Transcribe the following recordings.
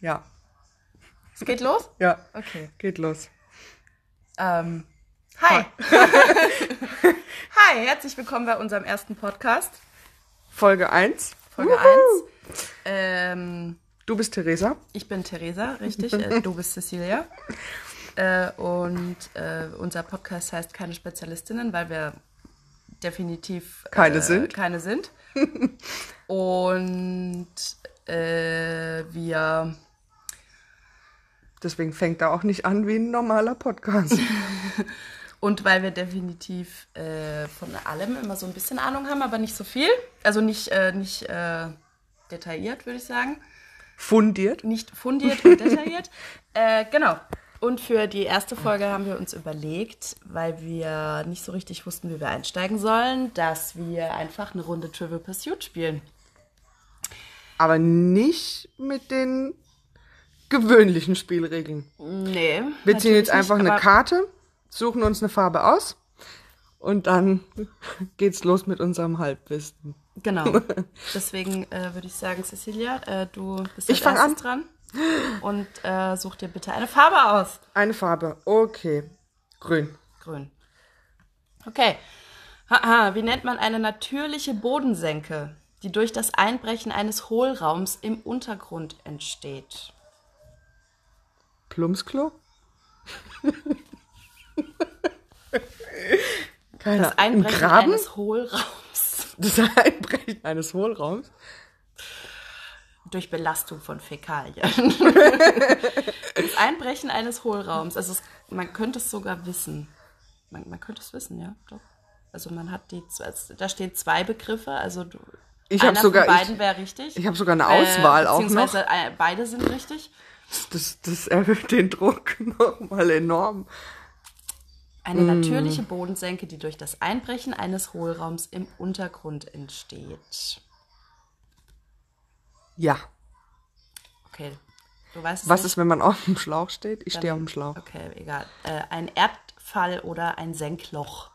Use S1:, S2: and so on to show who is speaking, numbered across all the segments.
S1: Ja,
S2: Es geht los?
S1: ja,
S2: Okay.
S1: geht los.
S2: Ähm, hi. hi, herzlich willkommen bei unserem ersten Podcast,
S1: Folge 1.
S2: Folge 1. Ähm,
S1: Du bist Theresa.
S2: ich bin Theresa, richtig? Äh, du bist Cecilia. Äh, und äh, unser Podcast heißt Keine Spezialistinnen, weil wir definitiv äh,
S1: Keine sind.
S2: Keine sind. Und äh, wir
S1: Deswegen fängt er auch nicht an wie ein normaler Podcast.
S2: Und weil wir definitiv äh, von allem immer so ein bisschen Ahnung haben, aber nicht so viel. Also nicht, äh, nicht äh, detailliert, würde ich sagen.
S1: Fundiert.
S2: Nicht fundiert und detailliert. Äh, genau. Und für die erste Folge haben wir uns überlegt, weil wir nicht so richtig wussten, wie wir einsteigen sollen, dass wir einfach eine Runde Trivial Pursuit spielen.
S1: Aber nicht mit den gewöhnlichen Spielregeln.
S2: Nee.
S1: Wir ziehen
S2: natürlich
S1: jetzt einfach
S2: nicht,
S1: eine
S2: aber-
S1: Karte, suchen uns eine Farbe aus und dann geht's los mit unserem Halbwissen.
S2: Genau. Deswegen äh, würde ich sagen, Cecilia, äh, du bist
S1: Ich
S2: als
S1: fang
S2: erstes dran und äh, such dir bitte eine Farbe aus.
S1: Eine Farbe. Okay. Grün.
S2: Grün. Okay. Haha, wie nennt man eine natürliche Bodensenke, die durch das Einbrechen eines Hohlraums im Untergrund entsteht?
S1: Plumpsklo? Keine
S2: Das
S1: Ahnung. Im
S2: Einbrechen
S1: Graben?
S2: eines Hohlraums
S1: Das Einbrechen eines Hohlraums?
S2: durch Belastung von Fäkalien. das Einbrechen eines Hohlraums. Also es, man könnte es sogar wissen. Man, man könnte es wissen, ja, doch. Also man hat die, z- also da stehen zwei Begriffe. Also du,
S1: Ich hab
S2: einer
S1: sogar-
S2: von
S1: ich-
S2: beiden wäre richtig.
S1: Ich habe sogar eine Auswahl
S2: äh,
S1: auch noch.
S2: beziehungsweise, äh, Beide sind richtig.
S1: Das, das erhöht den Druck nochmal enorm.
S2: Eine
S1: Mm.
S2: natürliche Bodensenke, die durch das Einbrechen eines Hohlraums im Untergrund entsteht.
S1: Ja.
S2: Okay. Du weißt es
S1: Was
S2: nicht?
S1: ist, wenn man auf dem Schlauch steht? Ich stehe auf
S2: Dann-
S1: dem Schlauch.
S2: Okay, egal. Äh, ein Erdfall oder ein Senkloch.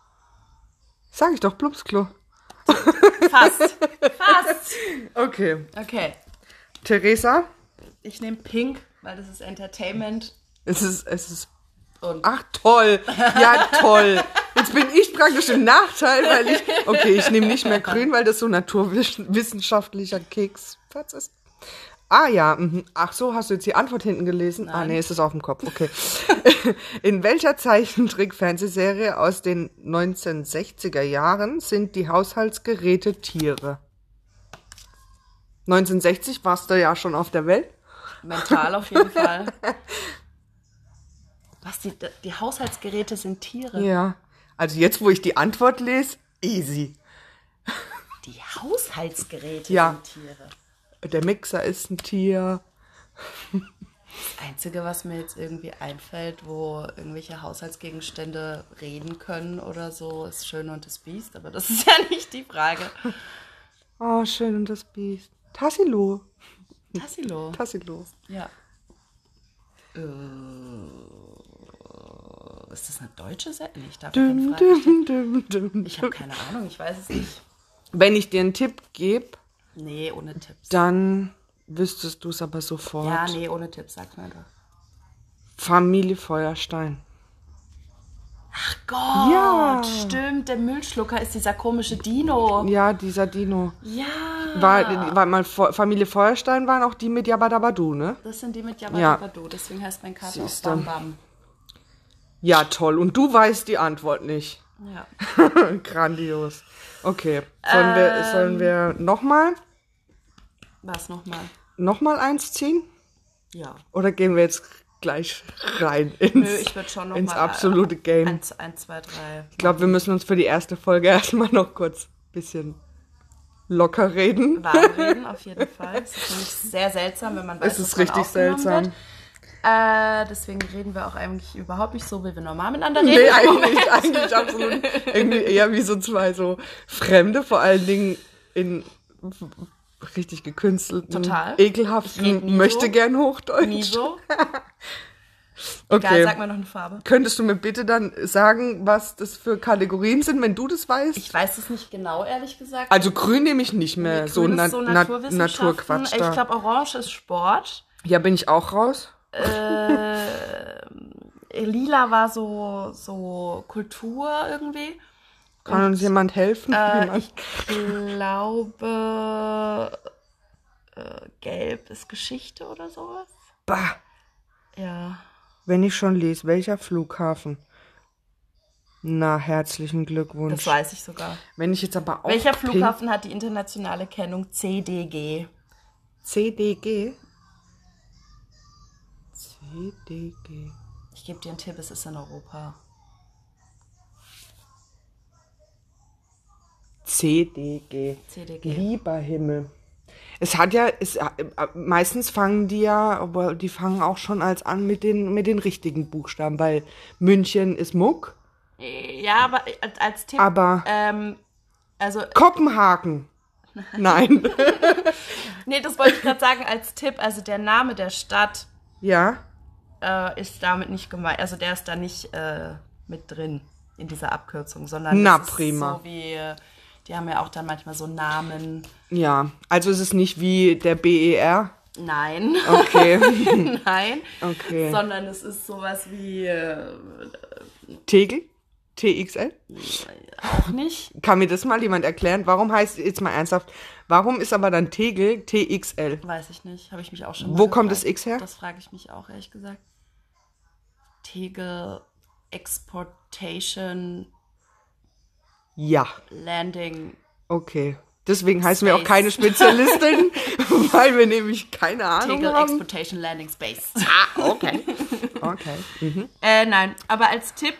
S1: Sag ich doch, Plumpsklo.
S2: Fast. Fast.
S1: Okay.
S2: Okay.
S1: Theresa,
S2: Ich nehme Pink, weil das ist Entertainment.
S1: es ist, es ist.
S2: Und-
S1: Ach toll. Ja, toll. Jetzt bin ich praktisch im Nachteil, weil ich. Okay, ich nehme nicht mehr grün, weil das so naturwissenschaftlicher Keksplatz ist. Ah ja, mhm. ach so, hast du jetzt die Antwort hinten gelesen? Ah nee, ist es auf dem Kopf, okay. In welcher Zeichentrick-Fernsehserie aus den 1960er Jahren sind die Haushaltsgeräte Tiere? 1960 warst du ja schon auf der Welt.
S2: Mental auf jeden Fall. Was, die, die Haushaltsgeräte sind Tiere.
S1: Ja. Also jetzt, wo ich die Antwort lese, easy.
S2: Die Haushaltsgeräte
S1: Ja.
S2: sind Tiere.
S1: Der Mixer ist ein Tier.
S2: Einzige, was mir jetzt irgendwie einfällt, wo irgendwelche Haushaltsgegenstände reden können oder so, ist Schön und das Biest, aber das ist ja nicht die Frage.
S1: Oh, schön und das Biest. Tassilo.
S2: Tassilo.
S1: Tassilo.
S2: Ja. Äh, ist das eine deutsche Serie? Ich darf keine
S1: Düm,
S2: Frage.
S1: düm, düm, düm.
S2: Ich habe keine Ahnung, ich weiß es nicht.
S1: Wenn ich dir einen Tipp gebe,
S2: Nee, ohne Tipps.
S1: dann wüsstest du es aber sofort.
S2: Ja, nee, ohne Tipps, sag mal doch.
S1: Familie Feuerstein.
S2: Gott,
S1: Ja.
S2: stimmt, der Müllschlucker ist dieser komische Dino.
S1: Ja, dieser Dino.
S2: Ja.
S1: War, war mal Fe- Familie Feuerstein waren auch die mit Yabadabadu, ne?
S2: das sind die mit
S1: Ja.
S2: Jabba ja. deswegen heißt mein Kater auch
S1: Siehste.
S2: Bam Bam.
S1: Ja, toll. Und du weißt die Antwort nicht.
S2: Ja.
S1: Grandios. Okay. Sollen wir, sollen wir nochmal
S2: Was nochmal?
S1: noch mal eins ziehen?
S2: Ja.
S1: Oder gehen wir jetzt gleich rein ins,
S2: Nö, ich würde schon noch
S1: ins
S2: mal,
S1: absolute Game?
S2: Eins, eins, zwei, drei.
S1: Ich glaube, wir müssen uns für die erste Folge erstmal noch kurz ein bisschen locker reden.
S2: Warm reden, auf jeden Fall. Es ist nämlich sehr seltsam, wenn man weiß,
S1: Es ist
S2: dass man
S1: richtig
S2: aufgenommen
S1: seltsam.
S2: Wird. Äh, deswegen reden wir auch eigentlich überhaupt nicht so, wie wir normal miteinander reden.
S1: Nee, eigentlich, eigentlich absolut. Irgendwie eher wie so zwei so Fremde, vor allen Dingen in richtig gekünstelten,
S2: Total. Ich red nie
S1: ekelhaften,
S2: so.
S1: möchte gern Hochdeutsch.
S2: Nie so.
S1: Okay.
S2: Egal, sag mir noch eine Farbe.
S1: Könntest du mir bitte dann sagen, was das für Kategorien sind, wenn du das weißt?
S2: Ich weiß es nicht genau, ehrlich gesagt.
S1: also grün nehme ich nicht mehr.
S2: Grün
S1: Ah, so,
S2: ist
S1: na, na,
S2: Naturwissenschaften.
S1: Naturquatsch.
S2: Ich
S1: da.
S2: glaube, Orange ist Sport.
S1: Ja, bin ich auch raus?
S2: Lila war so, so Kultur irgendwie.
S1: Kann uns jemand helfen?
S2: Äh,
S1: Jemand-
S2: ich glaube, äh, Gelb ist Geschichte oder sowas.
S1: bah,
S2: Ja.
S1: wenn ich schon lese, welcher Flughafen? Na, herzlichen Glückwunsch.
S2: Das weiß ich sogar.
S1: Wenn ich jetzt aber auch
S2: Welcher
S1: Pin-
S2: Flughafen hat die internationale Kennung CDG?
S1: CDG? CDG.
S2: Ich gebe dir einen Tipp, es ist in Europa.
S1: CDG.
S2: CDG.
S1: Lieber Himmel. Es hat ja, es, äh, meistens fangen die ja, aber die fangen auch schon als an mit den, mit den richtigen Buchstaben, weil München ist Muck.
S2: Ja, aber als- als Tipp.
S1: Aber-
S2: Ähm, also,
S1: Kopenhagen. Nein.
S2: nee, das wollte ich gerade sagen, als Tipp. Also der Name der Stadt
S1: ja.
S2: äh, ist damit nicht gemeint. Also der ist da nicht äh, mit drin in dieser Abkürzung, sondern
S1: Na,
S2: das ist
S1: prima.
S2: so wie. äh, Die haben ja auch dann manchmal so Namen.
S1: Ja. Also es ist nicht wie der BER.
S2: Nein,
S1: Okay.
S2: nein.
S1: Okay.
S2: Sondern es ist sowas wie. Äh,
S1: Tegel? TXL?
S2: auch nicht.
S1: Kann mir das mal jemand erklären? Warum heißt, jetzt mal ernsthaft, warum ist aber dann Tegel TXL?
S2: Weiß ich nicht. Habe ich mich auch schon.
S1: Wo kommt das
S2: gefragt.
S1: X her?
S2: Das frage ich mich auch, ehrlich gesagt. Tegel Exportation
S1: Ja.
S2: Landing.
S1: Okay. Deswegen heißen wir auch
S2: Space.
S1: keine Spezialistin, weil wir nämlich keine Ahnung
S2: Tegel
S1: haben.
S2: Exportation Landing Space.
S1: Ah, okay. Okay. Mhm.
S2: äh, nein, aber als Tipp.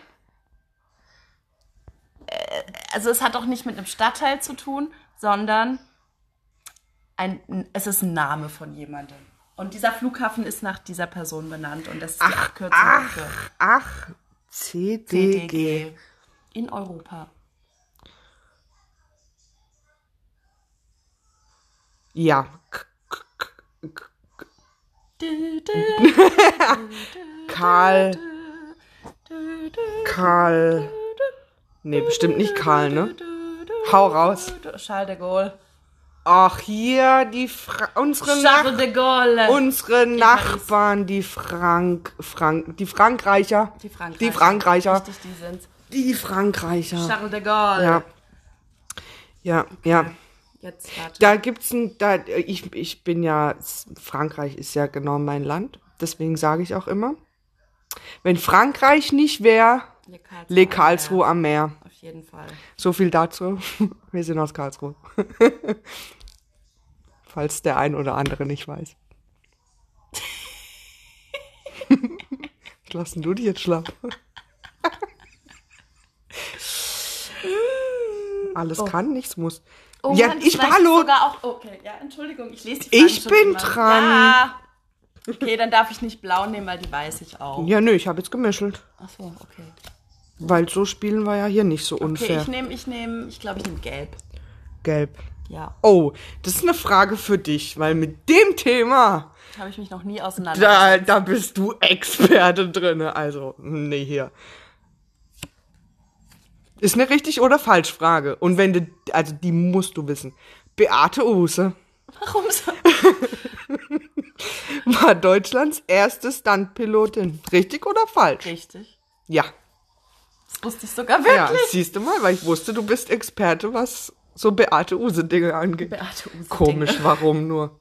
S2: äh, Also es hat auch nicht mit einem Stadtteil zu tun, sondern ein, es ist ein Name von jemandem. Und dieser Flughafen ist nach dieser Person benannt und das ist die Abkürzung für
S1: Ach, CDG.
S2: CDG. In Europa.
S1: Ja.
S2: Du, du,
S1: Karl.
S2: du, du,
S1: Karl. Nee, bestimmt nicht Karl, ne?
S2: du, du,
S1: Hau raus.
S2: du. Charles de Gaulle.
S1: Ach, hier die Fra unsere,
S2: Charles
S1: Nach
S2: de Gaulle.
S1: unsere
S2: Paris.
S1: Nachbarn, die Frank Frank die Frankreicher.
S2: die Frankreicher.
S1: Die Frankreicher.
S2: Richtig, die sind.
S1: Die Frankreicher.
S2: Charles de Gaulle.
S1: Ja. Ja, ja.
S2: Jetzt warte.
S1: Da gibt's ein, da, ich, ich bin ja, Frankreich ist ja genau mein Land, deswegen sage ich auch immer, wenn Frankreich nicht wäre,
S2: Le Karlsruhe.
S1: Le Karlsruhe am Meer.
S2: Ja, Auf jeden Fall.
S1: So viel dazu. Wir sind aus Karlsruhe. Falls der ein oder andere nicht weiß. Was Lassen du dich jetzt schlapp. Alles kann, nichts muss.
S2: Oh
S1: ja,
S2: Mann, das
S1: ich war
S2: weiß
S1: hallo.
S2: Sogar auch, okay, ja, Entschuldigung, ich lese die Fragen
S1: Ich
S2: schon
S1: bin
S2: immer.
S1: dran.
S2: Ja. Okay, dann darf ich nicht blau nehmen, weil die weiß ich auch.
S1: Ja, nö, ich habe jetzt gemischelt.
S2: Ach so, okay.
S1: Weil so spielen wir ja hier nicht so
S2: Okay,
S1: unfair.
S2: ich ne- nehme, ich nehme, ich glaube, ich nehme gelb.
S1: Gelb.
S2: Ja,
S1: Oh, das ist eine Frage für dich, weil mit dem Thema,
S2: habe ich mich noch nie auseinander.
S1: da, da bist du Experte drinne. Also, nee, hier. Ist eine richtig oder falsch Frage. Und wenn du, also die musst du wissen. Beate Uhse
S2: Warum so?
S1: war Deutschlands erste Stuntpilotin. Richtig oder falsch?
S2: Richtig.
S1: Ja.
S2: Das wusste ich sogar
S1: Ja,
S2: wirklich.
S1: siehst du mal, weil ich wusste, du bist Experte, was so Beate Uhse Dinge angeht.
S2: Beate Uhse-Dinge.
S1: Komisch, warum nur?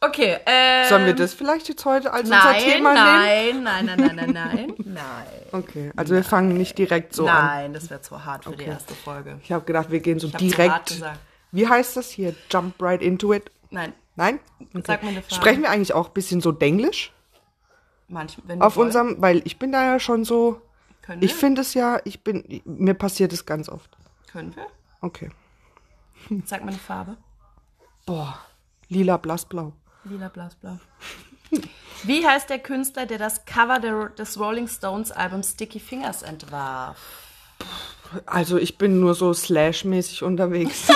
S2: Okay, äh.
S1: Sollen wir das vielleicht jetzt heute als
S2: nein,
S1: unser Thema nehmen?
S2: nein, nein, nein, nein, nein, nein, nein.
S1: Okay, also wir fangen nicht direkt so an.
S2: nein, das wäre zu hart für die erste Folge.
S1: Ich habe gedacht, wir gehen so
S2: Ich hab zu hart
S1: direkt.
S2: gesagt.
S1: Wie heißt das hier? Jump right into it?
S2: Nein,
S1: Nein?
S2: Sag mir eine Frage.
S1: Sprechen wir eigentlich auch ein bisschen so Denglisch
S2: manchmal, wenn
S1: auf
S2: wir
S1: unserem, weil ich bin da ja schon so.
S2: wollen, können
S1: Ich
S2: wir?
S1: finde es ja, ich bin, mir passiert es ganz oft.
S2: Können wir?
S1: Okay.
S2: Sag mir eine Farbe.
S1: Boah, lila, blass, blau.
S2: Lila, blass, blau. Wie heißt der Künstler, der das Cover der, des Rolling Stones Albums Sticky Fingers entwarf?
S1: Also ich bin nur so slash-mäßig unterwegs.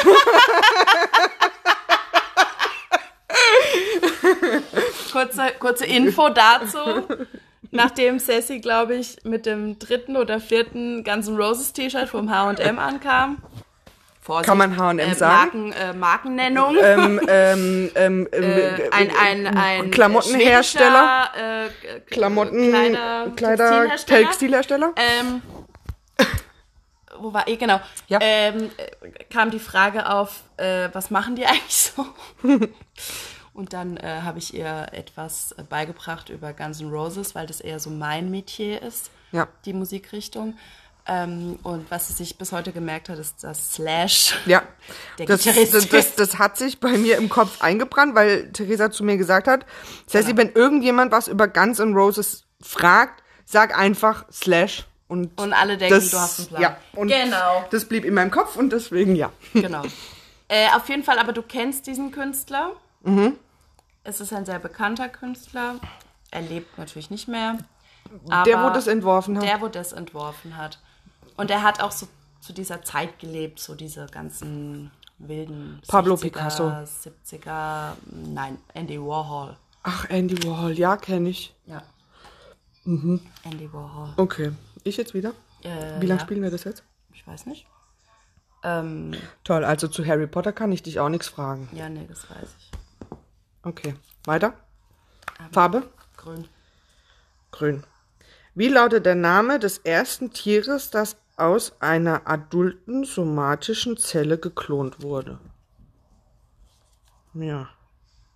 S2: Kurze, kurze Info dazu. Nachdem Sassy, glaube ich, mit dem dritten oder vierten ganzen Roses T-Shirt vom H&M ankam, Vorsicht,
S1: Kann man H&M sagen?
S2: Marken, äh, Markennennung.
S1: ähm, ähm, ähm, ähm,
S2: Äh, ein, ein, ein
S1: Klamottenhersteller,
S2: schwedischer, äh, äh,
S1: Klamotten,
S2: Kleider,
S1: Kleider,
S2: Textilhersteller.
S1: Textilhersteller.
S2: Ähm, wo war eh genau?
S1: Ja.
S2: Ähm, äh, kam die Frage auf, äh, was machen die eigentlich so? Und dann äh, habe ich ihr etwas äh, beigebracht über Guns N' Roses, weil das eher so mein Metier ist,
S1: Ja.
S2: die Musikrichtung. Ähm, und was sie sich bis heute gemerkt hat, ist das Slash.
S1: Ja,
S2: Der
S1: das,
S2: Gitarrist
S1: das, das,
S2: ist-
S1: das hat sich bei mir im Kopf eingebrannt, weil Theresa zu mir gesagt hat, Sassy,
S2: Genau.
S1: wenn irgendjemand was über Guns N' Roses fragt, sag einfach Slash und...
S2: Und alle denken, du hast einen Plan.
S1: Ja, und
S2: Genau.
S1: das blieb in meinem Kopf und deswegen ja.
S2: Genau. äh, auf jeden Fall, aber du kennst diesen Künstler.
S1: Mhm.
S2: Es ist ein sehr bekannter Künstler. Er lebt natürlich nicht mehr. Aber
S1: Der, wo das entworfen hat.
S2: Der, wo das entworfen hat. Und er hat auch so zu dieser Zeit gelebt, so diese ganzen wilden
S1: Pablo
S2: 60er,
S1: Picasso.
S2: 70er, nein, Andy Warhol.
S1: Ach, Andy Warhol, ja, kenne ich.
S2: Ja. Andy Warhol.
S1: Okay, ich jetzt wieder.
S2: Äh,
S1: Wie lange
S2: ja,
S1: spielen wir das jetzt?
S2: Ich weiß nicht. Ähm,
S1: Toll, also zu Harry Potter kann ich dich auch nichts fragen.
S2: ja, nee, das weiß ich.
S1: Okay, weiter.
S2: Ähm.
S1: Farbe?
S2: Grün.
S1: Grün. Wie lautet der Name des ersten Tieres, das aus einer adulten somatischen Zelle geklont wurde? Ja.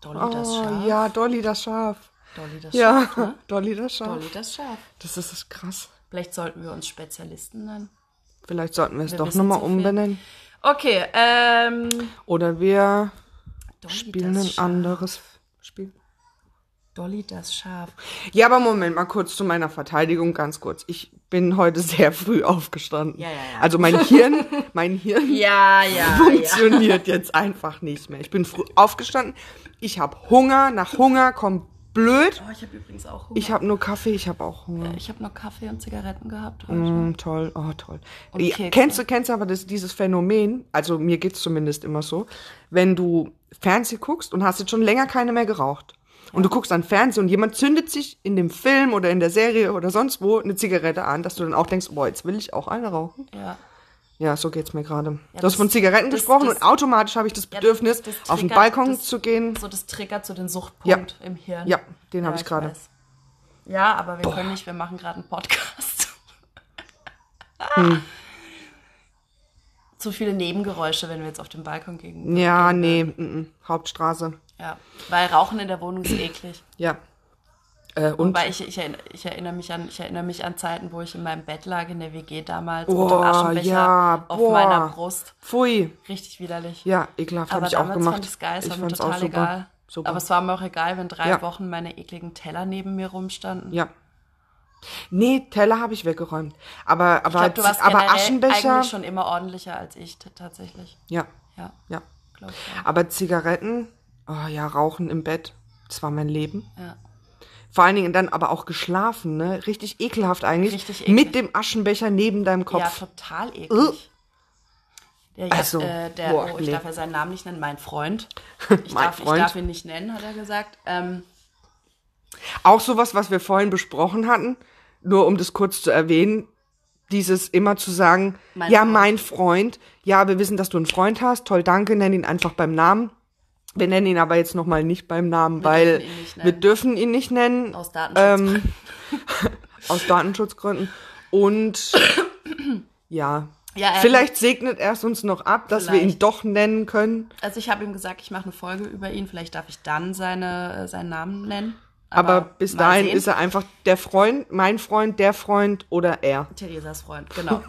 S2: Dolly das
S1: Oh,
S2: Schaf.
S1: ja, Dolly das Schaf.
S2: Dolly das
S1: Ja,
S2: Schaf. Ne?
S1: Dolly das Schaf.
S2: Dolly das Schaf.
S1: Das ist das krass.
S2: Vielleicht sollten wir uns Spezialisten nennen.
S1: Vielleicht sollten wir es
S2: Wir
S1: doch
S2: wissen
S1: nochmal
S2: zu viel.
S1: umbenennen.
S2: Okay, ähm.
S1: Oder wir
S2: Dolly
S1: spielen
S2: das
S1: ein
S2: Schaf.
S1: anderes Spiel.
S2: Dolly das Schaf.
S1: Ja, aber Moment mal kurz zu meiner Verteidigung, ganz kurz. Ich bin heute sehr früh aufgestanden.
S2: Ja, ja, ja.
S1: Also mein Hirn, mein Hirn
S2: Ja, ja.
S1: funktioniert jetzt einfach nicht mehr. Ich bin früh aufgestanden. Ich habe Hunger, nach Hunger kommt blöd.
S2: Oh, ich habe übrigens auch Hunger.
S1: Ich habe nur Kaffee, ich habe auch Hunger.
S2: Ich habe noch Kaffee und Zigaretten gehabt heute.
S1: Mm, toll, oh toll.
S2: Und
S1: Ja,
S2: Kekse.
S1: kennst du, kennst du aber das, dieses Phänomen, also mir geht's zumindest immer so, wenn du Fernseh guckst und hast jetzt schon länger keine mehr geraucht. Und du guckst an Fernsehen und jemand zündet sich in dem Film oder in der Serie oder sonst wo eine Zigarette an, dass du dann auch denkst, boah, jetzt will ich auch eine rauchen.
S2: Ja.
S1: Ja, so geht's mir gerade. du
S2: das-
S1: hast von Zigaretten
S2: das-
S1: gesprochen
S2: das-
S1: und automatisch habe ich das
S2: Ja,
S1: Bedürfnis,
S2: das triggert-
S1: auf den Balkon
S2: das-
S1: zu gehen.
S2: So, das triggert so den Suchtpunkt im Hirn.
S1: Ja, den hab ich gerade.
S2: weiß. Ja, aber wir können nicht, wir machen gerade einen Podcast.
S1: Hm.
S2: Zu viele Nebengeräusche, wenn wir jetzt auf dem Balkon gehen.
S1: Ja, nee, mm, mm, Hauptstraße.
S2: Ja, weil Rauchen in der Wohnung ist eklig.
S1: Ja. Äh, und
S2: Wobei ich, ich, erinn- ich, erinnere mich an, ich erinnere mich an Zeiten, wo ich in meinem Bett lag, in der WG damals, unter dem
S1: Boah,
S2: Aschenbecher
S1: ja,
S2: auf
S1: boah.
S2: meiner Brust.
S1: pfui.
S2: Richtig widerlich.
S1: Ja, ekelhaft habe
S2: Aber
S1: ich auch
S2: damals
S1: gemacht.
S2: fand ich es geil, es
S1: ich
S2: war mir
S1: fand's
S2: total
S1: auch super.
S2: egal.
S1: super.
S2: Aber es war mir auch egal, wenn drei
S1: Ja.
S2: Wochen meine ekligen Teller neben mir rumstanden.
S1: ja. Nee, Teller habe ich weggeräumt. Aber,
S2: Ich
S1: aber,
S2: glaube, du warst
S1: aber
S2: generell
S1: Aschenbecher.
S2: eigentlich schon immer ordentlicher als ich t- tatsächlich.
S1: Ja,
S2: Ja,
S1: ja.
S2: glaube ich. auch.
S1: Aber Zigaretten, oh ja, Rauchen im Bett, das war mein Leben.
S2: Ja.
S1: Vor allen Dingen dann aber auch geschlafen, ne? Richtig ekelhaft eigentlich.
S2: Richtig eklig.
S1: Mit dem Aschenbecher neben deinem
S2: ja,
S1: Kopf.
S2: total eklig.
S1: Ugh.
S2: Der,
S1: Also,
S2: äh, der
S1: boah,
S2: oh, ich
S1: nee.
S2: darf ja seinen Namen nicht nennen, mein Freund. Ich,
S1: Mein
S2: darf,
S1: Freund.
S2: ich darf ihn nicht nennen, hat er gesagt. Ähm,
S1: Auch sowas, was wir vorhin besprochen hatten, nur um das kurz zu erwähnen, dieses immer zu sagen,
S2: Mein
S1: ja,
S2: Freund.
S1: mein Freund, ja, wir wissen, dass du einen Freund hast, toll, danke, nenn ihn einfach beim Namen. Wir nennen ihn aber jetzt nochmal nicht beim Namen, weil
S2: dürfen ihn nicht nennen.
S1: wir dürfen ihn nicht nennen.
S2: Aus Datenschutzgründen.
S1: Ähm, aus Datenschutzgründen. Und ja,
S2: Ja, er-
S1: vielleicht segnet er es uns noch ab, dass wir ihn
S2: Vielleicht.
S1: doch nennen können.
S2: also ich habe ihm gesagt, ich mache eine Folge über ihn. Vielleicht darf ich dann seine, äh, seinen Namen nennen.
S1: Aber, bis
S2: mal
S1: dahin
S2: sehen.
S1: ist er einfach der Freund, mein Freund, der Freund oder er.
S2: Theresas Freund, genau.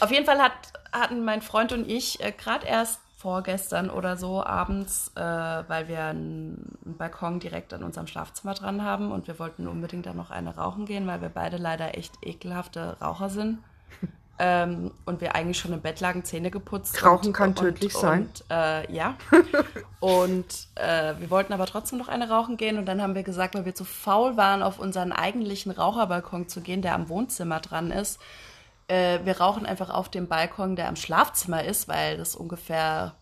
S2: Auf jeden Fall hat, hatten mein Freund und ich äh, gerade erst vorgestern oder so abends, äh, weil wir einen Balkon direkt an unserem Schlafzimmer dran haben und wir wollten unbedingt dann noch eine rauchen gehen, weil wir beide leider echt ekelhafte Raucher sind. Ähm, und wir eigentlich schon im Bett lagen, Zähne geputzt.
S1: Rauchen
S2: und,
S1: kann tödlich
S2: und,
S1: sein.
S2: Und, äh, ja. und äh, wir wollten aber trotzdem noch eine rauchen gehen. Und dann haben wir gesagt, weil wir zu faul waren, auf unseren eigentlichen Raucherbalkon zu gehen, der am Wohnzimmer dran ist. Äh, wir rauchen einfach auf dem Balkon, der am Schlafzimmer ist, weil das ungefähr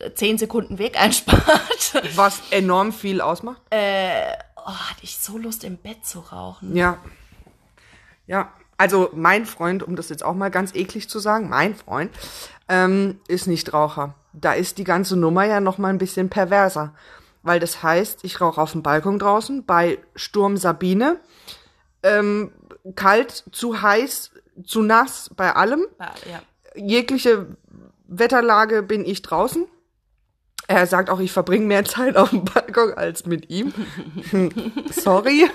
S2: äh, zehn Sekunden Weg einspart.
S1: Was enorm viel ausmacht.
S2: Oh, hatte ich so Lust, im Bett zu rauchen.
S1: Ja. Ja. also mein Freund, um das jetzt auch mal ganz eklig zu sagen, mein Freund ähm, ist nicht Raucher. Da ist die ganze Nummer ja noch mal ein bisschen perverser, weil das heißt, ich rauche auf dem Balkon draußen bei Sturm Sabine, ähm, kalt, zu heiß, zu nass, bei allem.
S2: Ja, ja.
S1: Jegliche Wetterlage bin ich draußen. Er sagt auch, ich verbringe mehr Zeit auf dem Balkon als mit ihm. Sorry.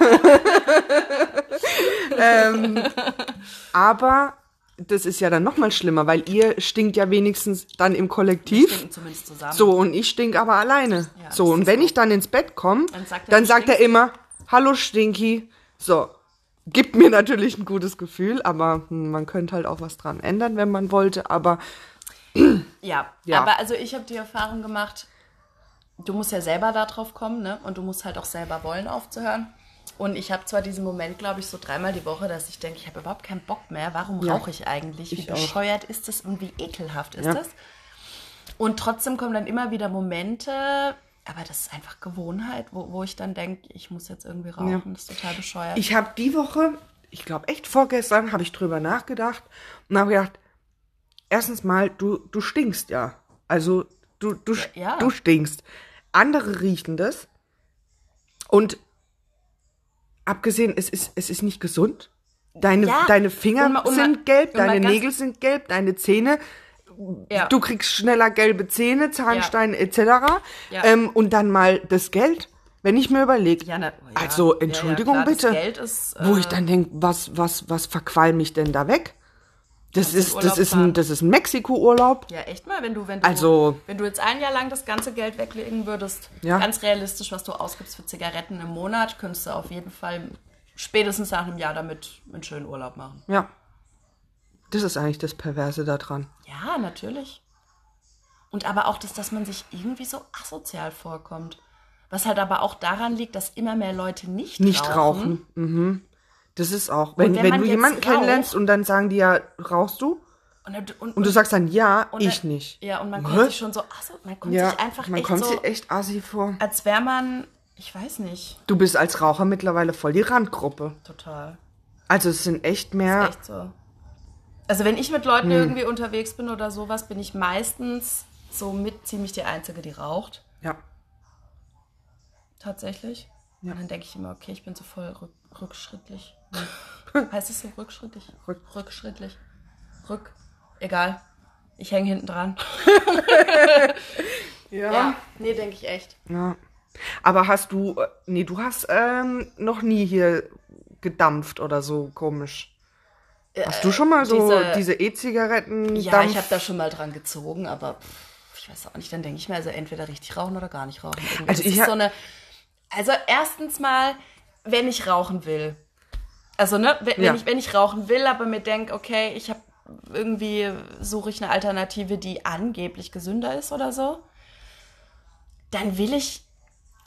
S1: ähm, aber das ist ja dann nochmal schlimmer, weil ihr stinkt ja wenigstens dann im Kollektiv.
S2: Denken zumindest zusammen.
S1: So, und ich stink aber alleine.
S2: Ja,
S1: so,
S2: das
S1: und
S2: ist
S1: wenn
S2: so.
S1: ich dann ins Bett komme,
S2: Dann sagt er,
S1: dann
S2: du
S1: sagt er immer, hallo Stinky. So, gibt mir natürlich ein gutes Gefühl, aber hm, man könnte halt auch was dran ändern, wenn man wollte. Aber
S2: Ja,
S1: Ja.
S2: aber also ich habe die Erfahrung gemacht, du musst ja selber da drauf kommen, ne? Und du musst halt auch selber wollen, aufzuhören. Und ich habe zwar diesen Moment, glaube ich, so dreimal die Woche, dass ich denke, ich habe überhaupt keinen Bock mehr. Warum
S1: Ja.
S2: rauche ich eigentlich? Wie
S1: auch.
S2: bescheuert ist das und wie ekelhaft ist
S1: Ja.
S2: das? Und trotzdem kommen dann immer wieder Momente, aber das ist einfach Gewohnheit, wo, wo ich dann denke, ich muss jetzt irgendwie rauchen.
S1: Ja.
S2: Das ist total bescheuert.
S1: Ich habe die Woche, ich glaube echt vorgestern, habe ich drüber nachgedacht und habe gedacht, erstens mal, du, du stinkst ja. Also du, du,
S2: Ja, ja.
S1: du stinkst. Andere riechen das. Und abgesehen, es ist, es ist nicht gesund. Deine,
S2: Ja.
S1: deine Finger
S2: Und mal- und mal-
S1: sind gelb,
S2: und mal
S1: deine
S2: ganz-
S1: Nägel sind gelb, deine Zähne.
S2: Ja.
S1: Du kriegst schneller gelbe Zähne, Zahnstein etc.
S2: Ja.
S1: Ähm, und dann mal das Geld. Wenn ich mir überlege,
S2: Ja, na- ja,
S1: also
S2: ja, ja,
S1: Entschuldigung
S2: klar, das
S1: bitte,
S2: Geld ist,
S1: wo
S2: äh,
S1: ich dann denke, was, was, was verqualm ich denn da weg? Das
S2: Kannst in
S1: ist, das
S2: Urlaub
S1: ist ein,
S2: fahren.
S1: das ist ein Mexiko-Urlaub.
S2: Ja, echt mal, wenn du, wenn du,
S1: Also-
S2: wenn du jetzt ein Jahr lang das ganze Geld weglegen würdest,
S1: Ja.
S2: ganz realistisch, was du ausgibst für Zigaretten im Monat, könntest du auf jeden Fall spätestens nach einem Jahr damit einen schönen Urlaub machen.
S1: Ja. Das ist eigentlich das Perverse daran.
S2: Ja, natürlich. Und aber auch das, dass man sich irgendwie so asozial vorkommt. Was halt aber auch daran liegt, dass immer mehr Leute nicht,
S1: Nicht
S2: rauchen.
S1: rauchen. Mhm. Das ist auch, wenn,
S2: wenn
S1: wenn,
S2: man
S1: du
S2: jetzt
S1: jemanden
S2: raucht-
S1: kennenlernst und dann sagen die ja, rauchst du?
S2: Und, und,
S1: Und du sagst dann, ja,
S2: und-
S1: ich nicht.
S2: Ja, und man
S1: Hä?
S2: kommt sich schon so, aso, man kommt
S1: ja,
S2: sich einfach
S1: man
S2: echt
S1: kommt
S2: so,
S1: sich echt assi vor.
S2: als wäre man, ich weiß nicht,
S1: Du bist als Raucher mittlerweile voll die Randgruppe.
S2: total.
S1: Also es sind echt mehr,
S2: Echt so. Also wenn ich mit Leuten
S1: Hm.
S2: irgendwie unterwegs bin oder sowas, bin ich meistens so mit ziemlich die Einzige, die raucht.
S1: ja,
S2: Tatsächlich.
S1: Ja.
S2: Und dann denke ich immer, okay, ich bin so voll rück, rückschrittlich. heißt es so rückschrittlich?
S1: Rück-
S2: Rückschrittlich. Rück. Egal. Ich hänge hinten dran.
S1: ja.
S2: Nee, denke ich echt.
S1: Ja. Aber hast du, äh, nee, du hast ähm, noch nie hier gedampft oder so komisch. Hast du schon mal so
S2: Äh,
S1: diese
S2: diese-
S1: E-Zigaretten?
S2: Ja,
S1: Dampf-
S2: ich habe da schon mal dran gezogen, aber pff, ich weiß auch nicht, dann denke ich mir, also entweder richtig rauchen oder gar nicht rauchen. Irgendwie,
S1: Also
S2: das
S1: ich
S2: ist
S1: hab-
S2: so eine, also erstens mal, wenn ich rauchen will. Also, ne, wenn,
S1: Ja.
S2: wenn, ich, wenn ich rauchen will, aber mir denke, okay, ich habe irgendwie suche ich eine Alternative, die angeblich gesünder ist oder so, dann will ich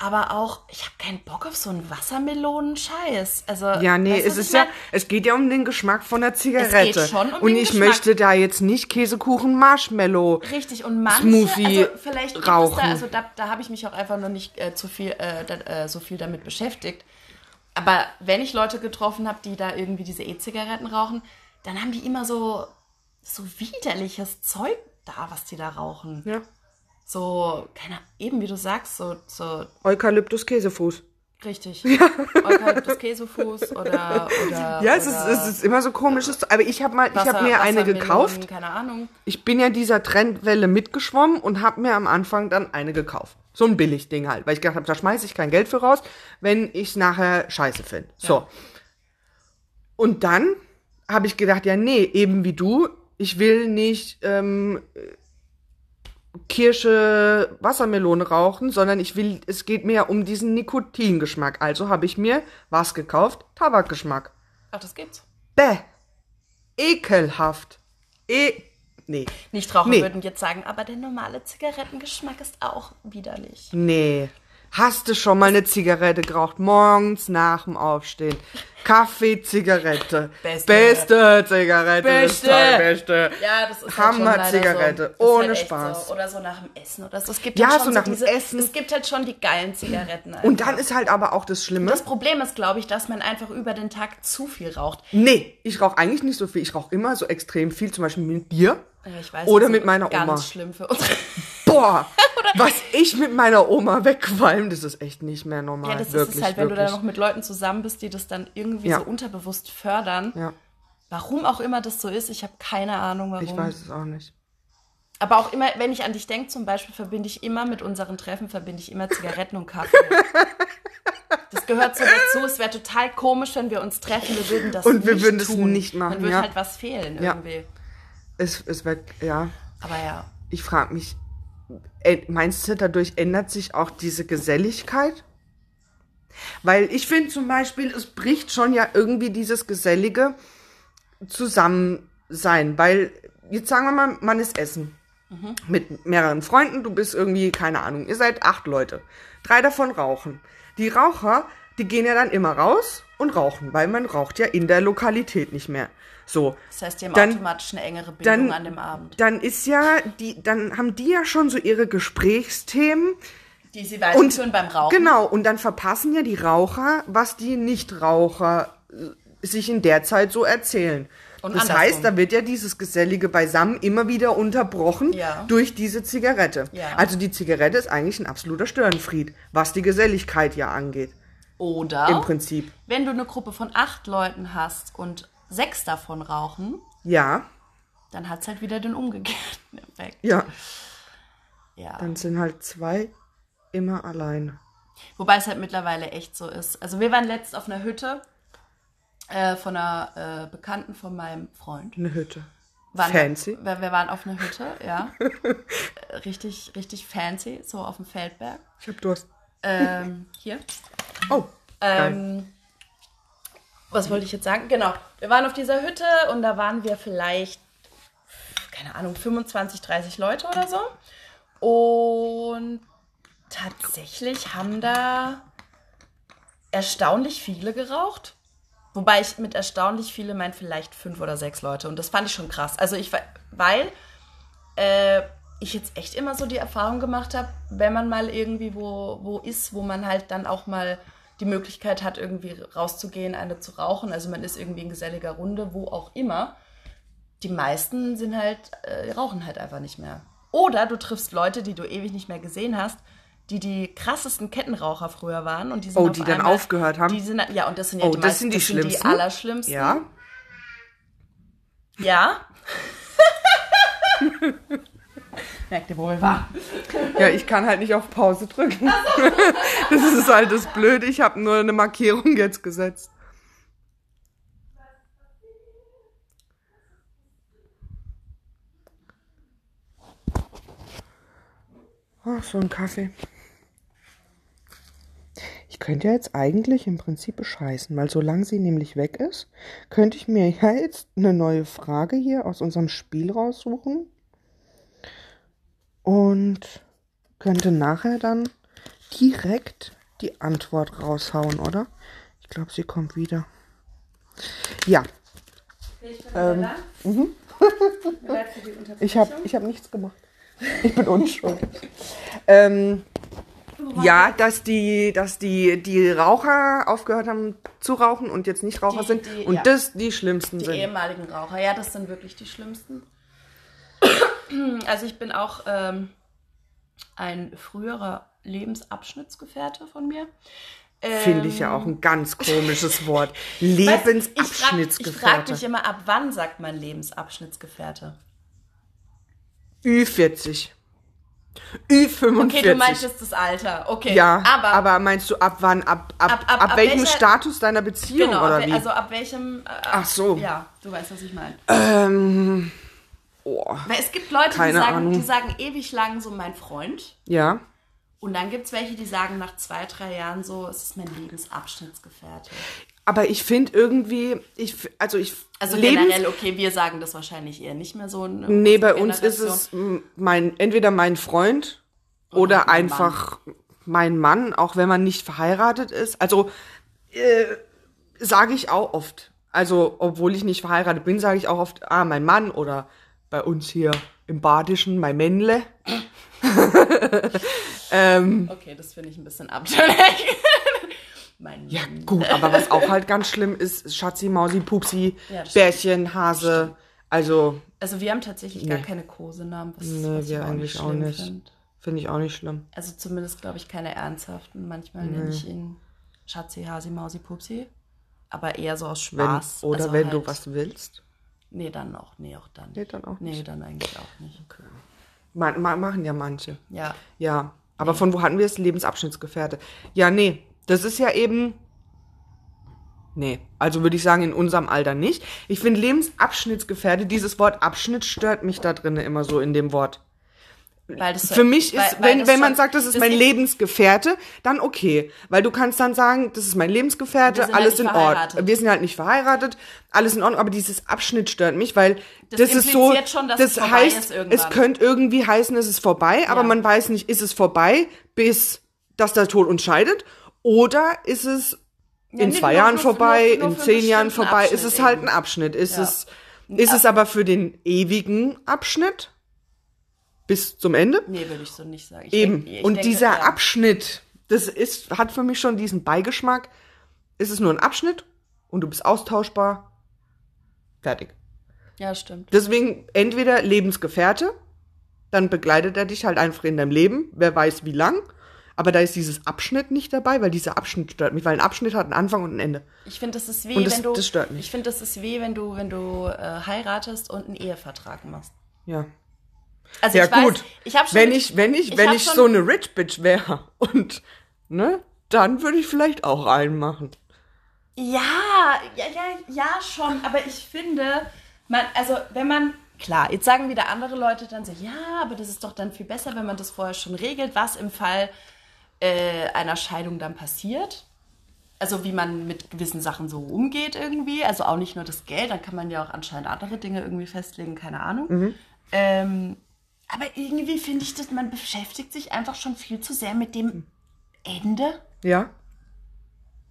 S2: aber auch, ich habe keinen Bock auf so einen Wassermelonen-Scheiß. Also,
S1: Ja, nee,
S2: weißt du,
S1: es
S2: was ich
S1: ist ja,
S2: mein?
S1: es geht ja um den Geschmack von der Zigarette.
S2: schon um
S1: Und
S2: den
S1: ich
S2: Geschmack.
S1: möchte da jetzt nicht Käsekuchen Marshmallow.
S2: Richtig, und manche,
S1: Smoothie
S2: also vielleicht gibt
S1: rauchen.
S2: es da, also da, da habe ich mich auch einfach noch nicht äh, zu viel, äh, da, äh, so viel damit beschäftigt. Aber wenn ich Leute getroffen habe, die da irgendwie diese E-Zigaretten rauchen, dann haben die immer so, so widerliches Zeug da, was die da rauchen.
S1: Ja.
S2: So, keine eben wie du sagst, so, so
S1: Eukalyptus Käsefuß.
S2: richtig. Eukalyptus Käsefuß oder, oder.
S1: Ja, es ist,
S2: oder
S1: es ist immer so komisches. Aber ich habe mal, ich
S2: Wasser-
S1: habe mir eine
S2: Wassermelonen,
S1: gekauft.
S2: Keine Ahnung.
S1: ich bin ja dieser Trendwelle mitgeschwommen und habe mir am Anfang dann eine gekauft. So ein Billigding halt, weil ich gedacht habe, da schmeiße ich kein Geld für raus, wenn ich nachher scheiße finde. So. Und dann habe ich gedacht, ja, nee, eben wie du, ich will nicht ähm, Kirsche Wassermelone rauchen, sondern ich will, es geht mir ja um diesen Nikotingeschmack. Also habe ich mir was gekauft? Tabakgeschmack.
S2: Ach, das gibt's.
S1: Bäh. Ekelhaft. E. Nee.
S2: nicht rauchen
S1: Nee.
S2: würden, jetzt sagen, aber der normale Zigarettengeschmack ist auch widerlich.
S1: Nee. Hast du schon mal eine Zigarette geraucht? Morgens nach dem Aufstehen. Kaffee, Zigarette.
S2: Beste.
S1: Beste Zigarette.
S2: Beste.
S1: Ist toll, beste.
S2: Ja, das ist
S1: Hammer
S2: halt schon leider
S1: Zigarette,
S2: so. Das ist
S1: ohne
S2: halt echt
S1: Spaß.
S2: So. Oder so nach dem Essen oder so. Es gibt
S1: Ja,
S2: halt schon
S1: so nach dem
S2: diese,
S1: Essen.
S2: Es gibt halt schon die geilen Zigaretten.
S1: Und
S2: einfach.
S1: dann ist halt aber auch das Schlimme.
S2: das Problem ist, glaube ich, dass man einfach über den Tag zu viel raucht.
S1: nee, ich rauche eigentlich nicht so viel. Ich rauche immer so extrem viel, zum Beispiel mit Bier.
S2: Ja, Ich weiß,
S1: Oder
S2: das ist
S1: mit meiner
S2: ganz
S1: Oma.
S2: schlimm für uns.
S1: Boah, was ich mit meiner Oma wegqualm, das ist echt nicht mehr normal.
S2: Ja, das
S1: wirklich,
S2: ist es halt, wenn
S1: wirklich.
S2: du dann noch mit Leuten zusammen bist, die das dann irgendwie
S1: Ja.
S2: so unterbewusst fördern.
S1: Ja,
S2: Warum auch immer das so ist, ich habe keine Ahnung warum.
S1: ich weiß es auch nicht.
S2: Aber auch immer, wenn ich an dich denke, zum Beispiel, verbinde ich immer mit unseren Treffen, verbinde ich immer Zigaretten und Kaffee. Das gehört so dazu. Es wäre total komisch, wenn wir uns treffen. Wir würden das
S1: Und wir
S2: nicht
S1: würden das
S2: tun.
S1: nicht machen,
S2: Dann würde
S1: ja.
S2: halt was fehlen
S1: Ja.
S2: irgendwie.
S1: Es, es wird, ja,
S2: Aber ja,
S1: ich frage mich, äh, meinst du, dadurch ändert sich auch diese Geselligkeit? Weil ich finde zum Beispiel, es bricht schon ja irgendwie dieses gesellige Zusammensein. Weil, jetzt sagen wir mal, man ist essen. Mit mehreren Freunden, du bist irgendwie, keine Ahnung, ihr seid acht Leute. Drei davon rauchen. Die Raucher, die gehen ja dann immer raus und rauchen, weil man raucht ja in der Lokalität nicht mehr. So.
S2: das heißt, die haben
S1: Dann-
S2: automatisch eine engere Bindung
S1: dann,
S2: an dem Abend,
S1: dann ist ja die, dann haben die ja schon so ihre Gesprächsthemen.
S2: die sie
S1: Und
S2: weiterführen beim Rauchen.
S1: Genau, und dann verpassen ja die Raucher, was die Nichtraucher äh, sich in der Zeit so erzählen.
S2: Und
S1: das
S2: andersrum.
S1: heißt, da wird ja dieses gesellige Beisammen immer wieder unterbrochen
S2: Ja.
S1: durch diese Zigarette.
S2: Ja.
S1: Also die Zigarette ist eigentlich ein absoluter Störenfried, was die Geselligkeit ja angeht, im
S2: Oder
S1: Prinzip.
S2: wenn du eine Gruppe von acht Leuten hast und sechs davon rauchen,
S1: Ja,
S2: dann hat es halt wieder den umgekehrten Effekt.
S1: ja,
S2: Ja.
S1: dann sind halt zwei immer allein.
S2: Wobei es halt mittlerweile echt so ist. Also wir waren letzt auf einer Hütte äh, von einer äh, Bekannten von meinem Freund.
S1: Eine Hütte.
S2: Waren
S1: Fancy.
S2: Wir, wir waren auf einer Hütte, ja. Äh, richtig, richtig fancy, so auf dem Feldberg.
S1: Ich hab Durst.
S2: Ähm, hier.
S1: Oh. geil.
S2: Ähm, was wollte ich jetzt sagen? Genau. Wir waren auf dieser Hütte und da waren wir vielleicht, keine Ahnung, 25, 30 Leute oder so. Und tatsächlich haben da erstaunlich viele geraucht. Wobei ich mit erstaunlich viele meine vielleicht fünf oder sechs Leute. Und das fand ich schon krass. Also ich, we- weil äh, ich jetzt echt immer so die Erfahrung gemacht habe, wenn man mal irgendwie wo, wo ist, wo man halt dann auch mal die Möglichkeit hat, irgendwie rauszugehen, eine zu rauchen. Also man ist irgendwie in geselliger Runde, wo auch immer. Die meisten sind halt, äh, rauchen halt einfach nicht mehr. Oder du triffst Leute, die du ewig nicht mehr gesehen hast, die die krassesten Kettenraucher früher waren und die sind
S1: Oh,
S2: auf
S1: die dann
S2: einmal-
S1: aufgehört haben?
S2: Die sind, ja, und das sind ja
S1: Oh,
S2: die
S1: das
S2: meisten,
S1: sind die
S2: Das
S1: Schlimmsten?
S2: sind die allerschlimmsten.
S1: ja.
S2: Ja. Merkt ihr, wo wir waren?
S1: Ja, ich kann halt nicht auf Pause drücken. Das ist halt das Blöde. Ich habe nur eine Markierung jetzt gesetzt. Ach, so ein Kaffee. Ich könnte ja jetzt eigentlich im Prinzip bescheißen, weil solange sie nämlich weg ist, könnte ich mir ja jetzt eine neue Frage hier aus unserem Spiel raussuchen. Und könnte nachher dann direkt die Antwort raushauen, oder? Ich glaube, sie kommt wieder. Ja,
S2: Ähm,
S1: mhm. ich habe ich hab nichts gemacht. Ich bin unschuldig. ähm, ja, dass die, dass die, die Raucher aufgehört haben zu rauchen und jetzt nicht Raucher
S2: Die-
S1: sind
S2: die-
S1: und
S2: ja.
S1: das die schlimmsten
S2: die
S1: sind.
S2: ehemaligen Raucher, ja, das sind wirklich die schlimmsten. Also ich bin auch ähm, ein früherer Lebensabschnittsgefährte von mir. Ähm,
S1: Finde ich ja auch ein ganz komisches Wort.
S2: Weißt du, Ich frage frag
S1: Lebensabschnittsgefährte.
S2: mich immer, ab wann sagt man Lebensabschnittsgefährte?
S1: Ü40. Ü45.
S2: Okay, du meinst jetzt das Alter. Okay,
S1: Ja,
S2: aber,
S1: aber, meinst du ab wann, ab, ab, ab,
S2: Ab- ab- ab
S1: welchem
S2: welcher-
S1: Status deiner Beziehung
S2: genau,
S1: oder
S2: ab,
S1: wie?
S2: also ab welchem? äh,
S1: Ach so.
S2: Ja, du weißt, was ich meine.
S1: Ähm, oh.
S2: Weil es gibt Leute, die
S1: Keine
S2: sagen, die
S1: Ahnung.
S2: sagen ewig lang so mein Freund.
S1: Ja.
S2: Und dann gibt es welche, die sagen nach zwei, drei Jahren so, es ist mein Lebensabschnittsgefährte.
S1: Aber ich finde irgendwie, ich, f- also ich,
S2: Also generell, okay, wir sagen das wahrscheinlich eher nicht mehr so. in
S1: nee, bei
S2: unserer
S1: uns ist
S2: Generation.
S1: es mm, mein, entweder mein Freund oder
S2: mein
S1: einfach mein Mann, auch wenn man nicht verheiratet ist, also äh, sage ich auch oft. Also, obwohl ich nicht verheiratet bin, sage ich auch oft, ah, mein Mann oder bei uns hier im Badischen, mein Männle.
S2: Okay, das finde ich ein bisschen abschreckend. mein
S1: Ja, gut, aber was auch halt ganz schlimm ist, ist Schatzi, Mausi, Pupsi,
S2: Ja, das
S1: Bärchen, Hase. Also,
S2: Also wir haben tatsächlich gar keine Kosenamen, was,
S1: nee,
S2: was ich
S1: wir
S2: auch
S1: eigentlich
S2: nicht
S1: auch
S2: schlimm
S1: nicht. Finde
S2: find.
S1: find ich auch nicht schlimm.
S2: Also zumindest glaube ich keine ernsthaften. Manchmal nenne ich ihn Schatzi, Hasi, Mausi, Pupsi. Aber eher so aus
S1: Wenn,
S2: Spaß.
S1: oder
S2: also
S1: wenn
S2: halt,
S1: du was willst.
S2: Nee, dann auch. Nee, auch dann.
S1: Nee, dann auch
S2: Nee,
S1: nicht.
S2: dann eigentlich auch nicht. Okay.
S1: Ma ma machen ja manche.
S2: Ja.
S1: Ja, aber von wo hatten wir es? Lebensabschnittsgefährte. Ja, nee, das ist ja eben. Nee, also würde ich sagen, in unserem Alter nicht. Ich finde Lebensabschnittsgefährte, dieses Wort Abschnitt stört mich da drin immer so in dem Wort.
S2: Weil das
S1: Für mich ist,
S2: weil- weil
S1: wenn,
S2: das
S1: wenn man
S2: schon-
S1: sagt, das ist mein Lebensgefährte, dann okay. Weil du kannst dann sagen, das ist mein
S2: Wir
S1: Lebensgefährte,
S2: sind halt
S1: alles
S2: nicht
S1: in Ordnung.
S2: verheiratet.
S1: Wir sind halt nicht verheiratet, alles in Ordnung, aber dieses Abschnitt stört mich, weil das,
S2: Das
S1: ist so,
S2: impliziert schon, dass
S1: das
S2: es vorbei
S1: heißt,
S2: ist irgendwann.
S1: es könnte irgendwie heißen, es ist vorbei, aber
S2: Ja.
S1: man weiß nicht, ist es vorbei, bis, dass der Tod uns scheidet, oder ist es in
S2: nee,
S1: zwei
S2: nur-
S1: Jahren
S2: nur für-
S1: vorbei,
S2: nur- nur
S1: in
S2: für
S1: zehn
S2: einen
S1: Jahren
S2: bestimmten
S1: vorbei, ist
S2: Abschnitt
S1: es halt ein
S2: eben.
S1: Abschnitt, ist
S2: Ja.
S1: es, ist es aber für den ewigen Abschnitt bis zum Ende?
S2: Nee, würde ich so nicht sagen. Ich
S1: Eben.
S2: denk- ich
S1: und
S2: denke,
S1: dieser
S2: ja.
S1: Abschnitt, das ist, hat für mich schon diesen Beigeschmack. Es ist nur ein Abschnitt und du bist austauschbar. Fertig.
S2: Ja, stimmt.
S1: Deswegen entweder Lebensgefährte, dann begleitet er dich halt einfach in deinem Leben, wer weiß wie lang. Aber da ist dieses Abschnitt nicht dabei, weil dieser Abschnitt stört mich, weil ein Abschnitt hat einen Anfang und ein Ende.
S2: Ich finde, das ist weh,
S1: Und das-
S2: wenn du.
S1: das stört mich.
S2: Ich finde, das ist weh, wenn du, wenn du äh, heiratest und einen Ehevertrag machst.
S1: Ja.
S2: Also
S1: Ja,
S2: ich weiß,
S1: gut.
S2: ich habe schon.
S1: Wenn
S2: mit-
S1: ich, wenn ich, wenn
S2: hab
S1: ich
S2: schon-
S1: so eine Rich Bitch wäre und, ne, dann würde ich vielleicht auch einen machen.
S2: Ja, ja, ja, ja, schon. Aber ich finde, man, also wenn man. Klar, jetzt sagen wieder andere Leute dann so, ja, aber das ist doch dann viel besser, wenn man das vorher schon regelt, was im Fall äh, einer Scheidung dann passiert. Also wie man mit gewissen Sachen so umgeht irgendwie. Also auch nicht nur das Geld, dann kann man ja auch anscheinend andere Dinge irgendwie festlegen, keine Ahnung. Ähm, aber irgendwie finde ich, dass man beschäftigt sich einfach schon viel zu sehr mit dem Ende
S1: Ja.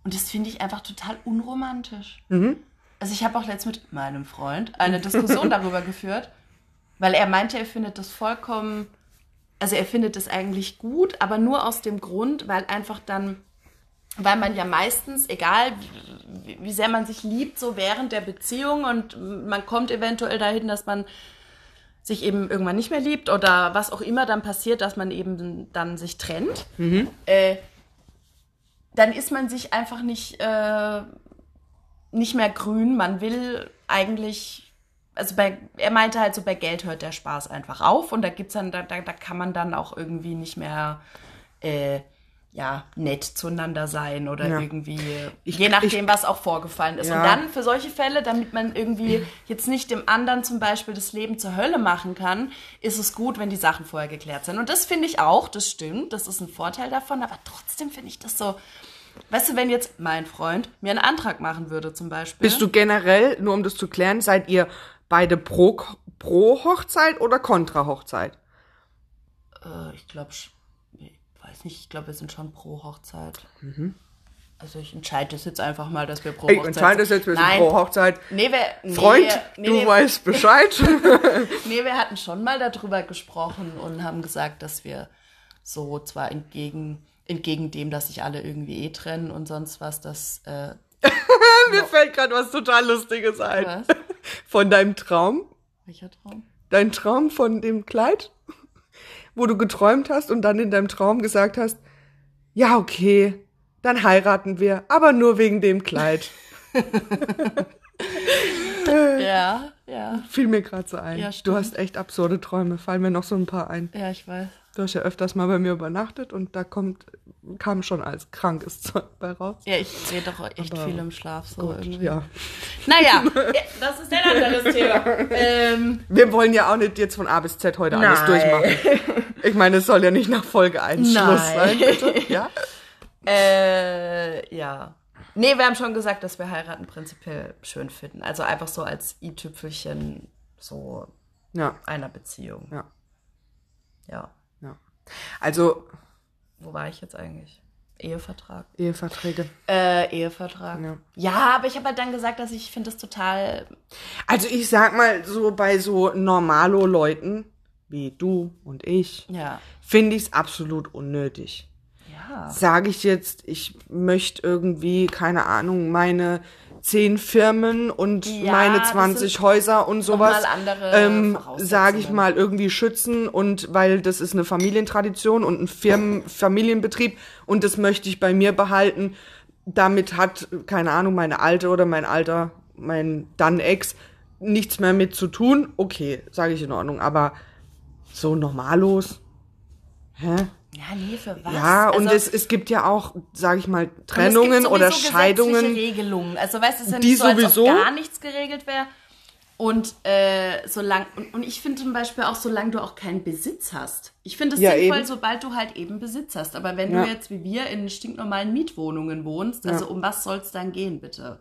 S2: und das finde ich einfach total unromantisch. Also ich habe auch letztens mit meinem Freund eine Diskussion darüber geführt, weil er meinte, er findet das vollkommen, also er findet es eigentlich gut, aber nur aus dem Grund, weil einfach dann, weil man ja meistens, egal wie, wie sehr man sich liebt, so während der Beziehung und man kommt eventuell dahin, dass man sich eben irgendwann nicht mehr liebt oder was auch immer dann passiert, dass man eben dann sich trennt.
S1: Mhm.
S2: Äh, dann ist man sich einfach nicht, äh, nicht mehr grün. Man will eigentlich, also bei, er meinte halt so, bei Geld hört der Spaß einfach auf und da gibt's dann, da, da, da kann man dann auch irgendwie nicht mehr, äh, ja, nett zueinander sein oder
S1: Ja.
S2: irgendwie,
S1: Ich-
S2: je nachdem,
S1: ich-
S2: was auch vorgefallen ist.
S1: Ja.
S2: Und dann für solche Fälle, damit man irgendwie jetzt nicht dem anderen zum Beispiel das Leben zur Hölle machen kann, ist es gut, wenn die Sachen vorher geklärt sind. Und das finde ich auch, das stimmt, das ist ein Vorteil davon, aber trotzdem finde ich das so. Weißt du, wenn jetzt mein Freund mir einen Antrag machen würde, zum Beispiel.
S1: Bist du generell, nur um das zu klären, seid ihr beide pro, pro Hochzeit oder kontra Hochzeit?
S2: Äh, ich glaube, ich weiß nicht, ich glaube, wir sind schon pro Hochzeit.
S1: Mhm.
S2: Also ich entscheide das jetzt einfach mal, dass wir pro
S1: Ich
S2: Hochzeit
S1: entscheide das jetzt, wir sind
S2: Nein.
S1: pro Hochzeit.
S2: Nee, wir,
S1: Freund,
S2: nee, nee,
S1: du
S2: nee,
S1: weißt Bescheid.
S2: Nee, wir hatten schon mal darüber gesprochen und haben gesagt, dass wir so zwar entgegen, entgegen dem, dass sich alle irgendwie eh trennen und sonst was, das äh,
S1: Mir fällt gerade was total Lustiges ein.
S2: was?
S1: Von deinem Traum,
S2: Welcher Traum?
S1: dein Äh. Traum von dem Kleid, wo du geträumt hast und dann in deinem Traum gesagt hast, ja, okay, dann heiraten wir, aber nur wegen dem Kleid.
S2: Ja, ja.
S1: Fiel mir gerade so ein.
S2: Ja,
S1: du
S2: stimmt.
S1: hast echt absurde Träume, fallen mir noch so ein paar ein.
S2: Ja, ich weiß.
S1: Du hast ja öfters mal bei mir übernachtet und da kommt, kam schon als krankes Zeug bei raus.
S2: Ja, ich sehe doch echt
S1: Aber äh,
S2: viel im Schlaf so irgendwie.
S1: Ja.
S2: Naja, ja, das ist ein anderes Thema. Ähm,
S1: Wir wollen ja auch nicht jetzt von A bis Z heute alles
S2: Nein.
S1: durchmachen. Ich meine, es soll ja nicht nach Folge 1
S2: Nein.
S1: Schluss sein, bitte. Ja?
S2: äh, ja. Nee, wir haben schon gesagt, dass wir heiraten prinzipiell schön finden. Also einfach so als i-Tüpfelchen so
S1: Ja,
S2: einer Beziehung.
S1: ja,
S2: Ja.
S1: ja. Also,
S2: Wo war ich jetzt eigentlich? Ehevertrag.
S1: Eheverträge.
S2: Äh, Ehevertrag.
S1: Ja.
S2: Ja, aber ich habe halt dann gesagt, dass ich finde das total.
S1: Also ich sag mal, so bei so normalo Leuten wie du und ich,
S2: Ja.
S1: finde ich es absolut unnötig.
S2: Ja.
S1: Sage ich jetzt, ich möchte irgendwie, keine Ahnung, meine zehn Firmen und
S2: Ja,
S1: meine
S2: das sind
S1: 20 Häuser und sowas,
S2: nochmal andere
S1: ähm,
S2: Voraussetzungen.
S1: sage ich mal, irgendwie schützen und weil das ist eine Familientradition und ein Firmen Familienbetrieb und das möchte ich bei mir behalten. Damit hat, keine Ahnung, meine Alte oder mein Alter, mein dann Ex nichts mehr mit zu tun. Okay, sage ich in Ordnung, aber so normalos. Hä?
S2: Ja, nee, für was?
S1: Ja, und
S2: Also-
S1: es, es gibt ja auch, sage ich mal,
S2: Und es gibt
S1: Trennungen oder
S2: sowieso
S1: Scheidungen.
S2: gesetzliche Regelungen. Also weißt du, es ist ja
S1: Die
S2: nicht so, als
S1: sowieso-
S2: ob gar nichts geregelt wäre. Und äh, solange und, und ich finde zum Beispiel auch, solange du auch keinen Besitz hast. Ich finde es
S1: Ja,
S2: sinnvoll,
S1: eben.
S2: sobald du halt eben Besitz hast. Aber wenn
S1: Ja.
S2: du jetzt wie wir in stinknormalen Mietwohnungen wohnst, also um was soll es dann gehen, bitte?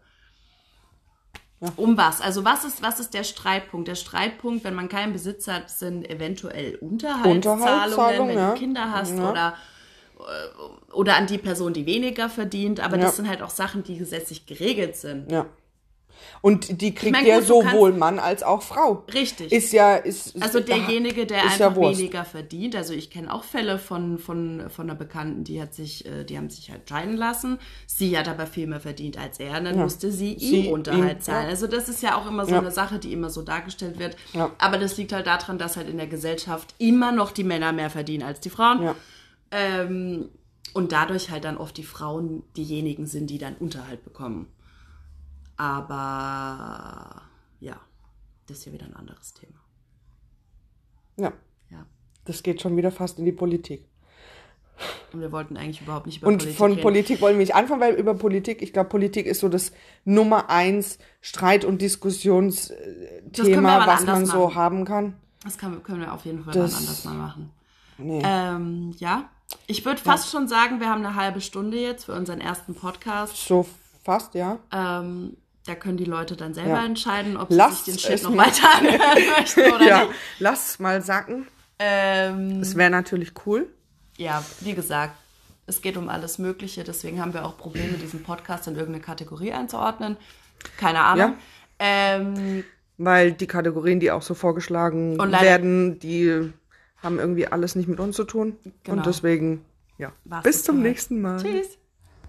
S2: Um was? Also was ist, was ist der Streitpunkt? Der Streitpunkt, wenn man keinen Besitz hat, sind eventuell Unterhaltszahlungen,
S1: Unterhaltszahlungen,
S2: wenn
S1: ja.
S2: du Kinder hast
S1: Ja.
S2: oder äh, oder an die Person, die weniger verdient, aber
S1: Ja.
S2: das sind halt auch Sachen, die gesetzlich geregelt sind.
S1: Ja. Und die kriegt
S2: mein,
S1: ja
S2: gut, du
S1: sowohl Mann als auch Frau.
S2: Richtig.
S1: Ist ja, ist.
S2: also
S1: ist-
S2: derjenige, der
S1: ist
S2: einfach
S1: ja Wurst.
S2: weniger verdient. Also ich kenne auch Fälle von, von, von einer Bekannten, die hat sich, äh, die haben sich halt scheiden lassen. Sie hat aber viel mehr verdient als er, und dann musste sie,
S1: Sie,
S2: ihm Unterhalt
S1: ihm,
S2: zahlen.
S1: ja.
S2: Also das ist ja auch immer so
S1: Ja.
S2: eine Sache, die immer so dargestellt wird.
S1: Ja.
S2: Aber das liegt halt daran, dass halt in der Gesellschaft immer noch die Männer mehr verdienen als die Frauen.
S1: Ja.
S2: Ähm, und dadurch halt dann oft die Frauen diejenigen sind, die dann Unterhalt bekommen. Aber ja, das ist ja wieder ein anderes Thema.
S1: Ja.
S2: Ja.
S1: Das geht schon wieder fast in die Politik.
S2: Und wir wollten eigentlich überhaupt nicht über
S1: Und
S2: Politik
S1: von
S2: reden.
S1: Politik wollen wir nicht anfangen, weil über Politik, ich glaube, Politik ist so das Nummer eins Streit- und
S2: können wir
S1: Diskussionsthema,
S2: mal
S1: was man
S2: anders
S1: so
S2: machen.
S1: haben kann.
S2: das kann, können wir auf jeden Fall
S1: Das-
S2: dann anders mal machen.
S1: Nee.
S2: Ähm, ja, ich würde fast schon sagen, wir haben eine halbe Stunde jetzt für unseren ersten Podcast.
S1: So fast, ja.
S2: Ähm, da können die Leute dann selber
S1: Ja.
S2: entscheiden, ob
S1: Lasst
S2: sie sich den
S1: es
S2: Shit noch
S1: mal-
S2: weiter anhören möchten oder
S1: ja,
S2: nicht.
S1: lass mal sacken.
S2: Ähm,
S1: Das wäre natürlich cool.
S2: ja, wie gesagt, es geht um alles Mögliche. Deswegen haben wir auch Probleme, diesen Podcast in irgendeine Kategorie einzuordnen. Keine
S1: Ja.
S2: Ahnung. Ähm,
S1: Weil die Kategorien, die auch so vorgeschlagen
S2: Und leider-
S1: werden, die haben irgendwie alles nicht mit uns zu tun.
S2: Genau.
S1: Und deswegen, ja.
S2: War's
S1: Bis
S2: das
S1: zum
S2: soweit.
S1: nächsten Mal.
S2: tschüss.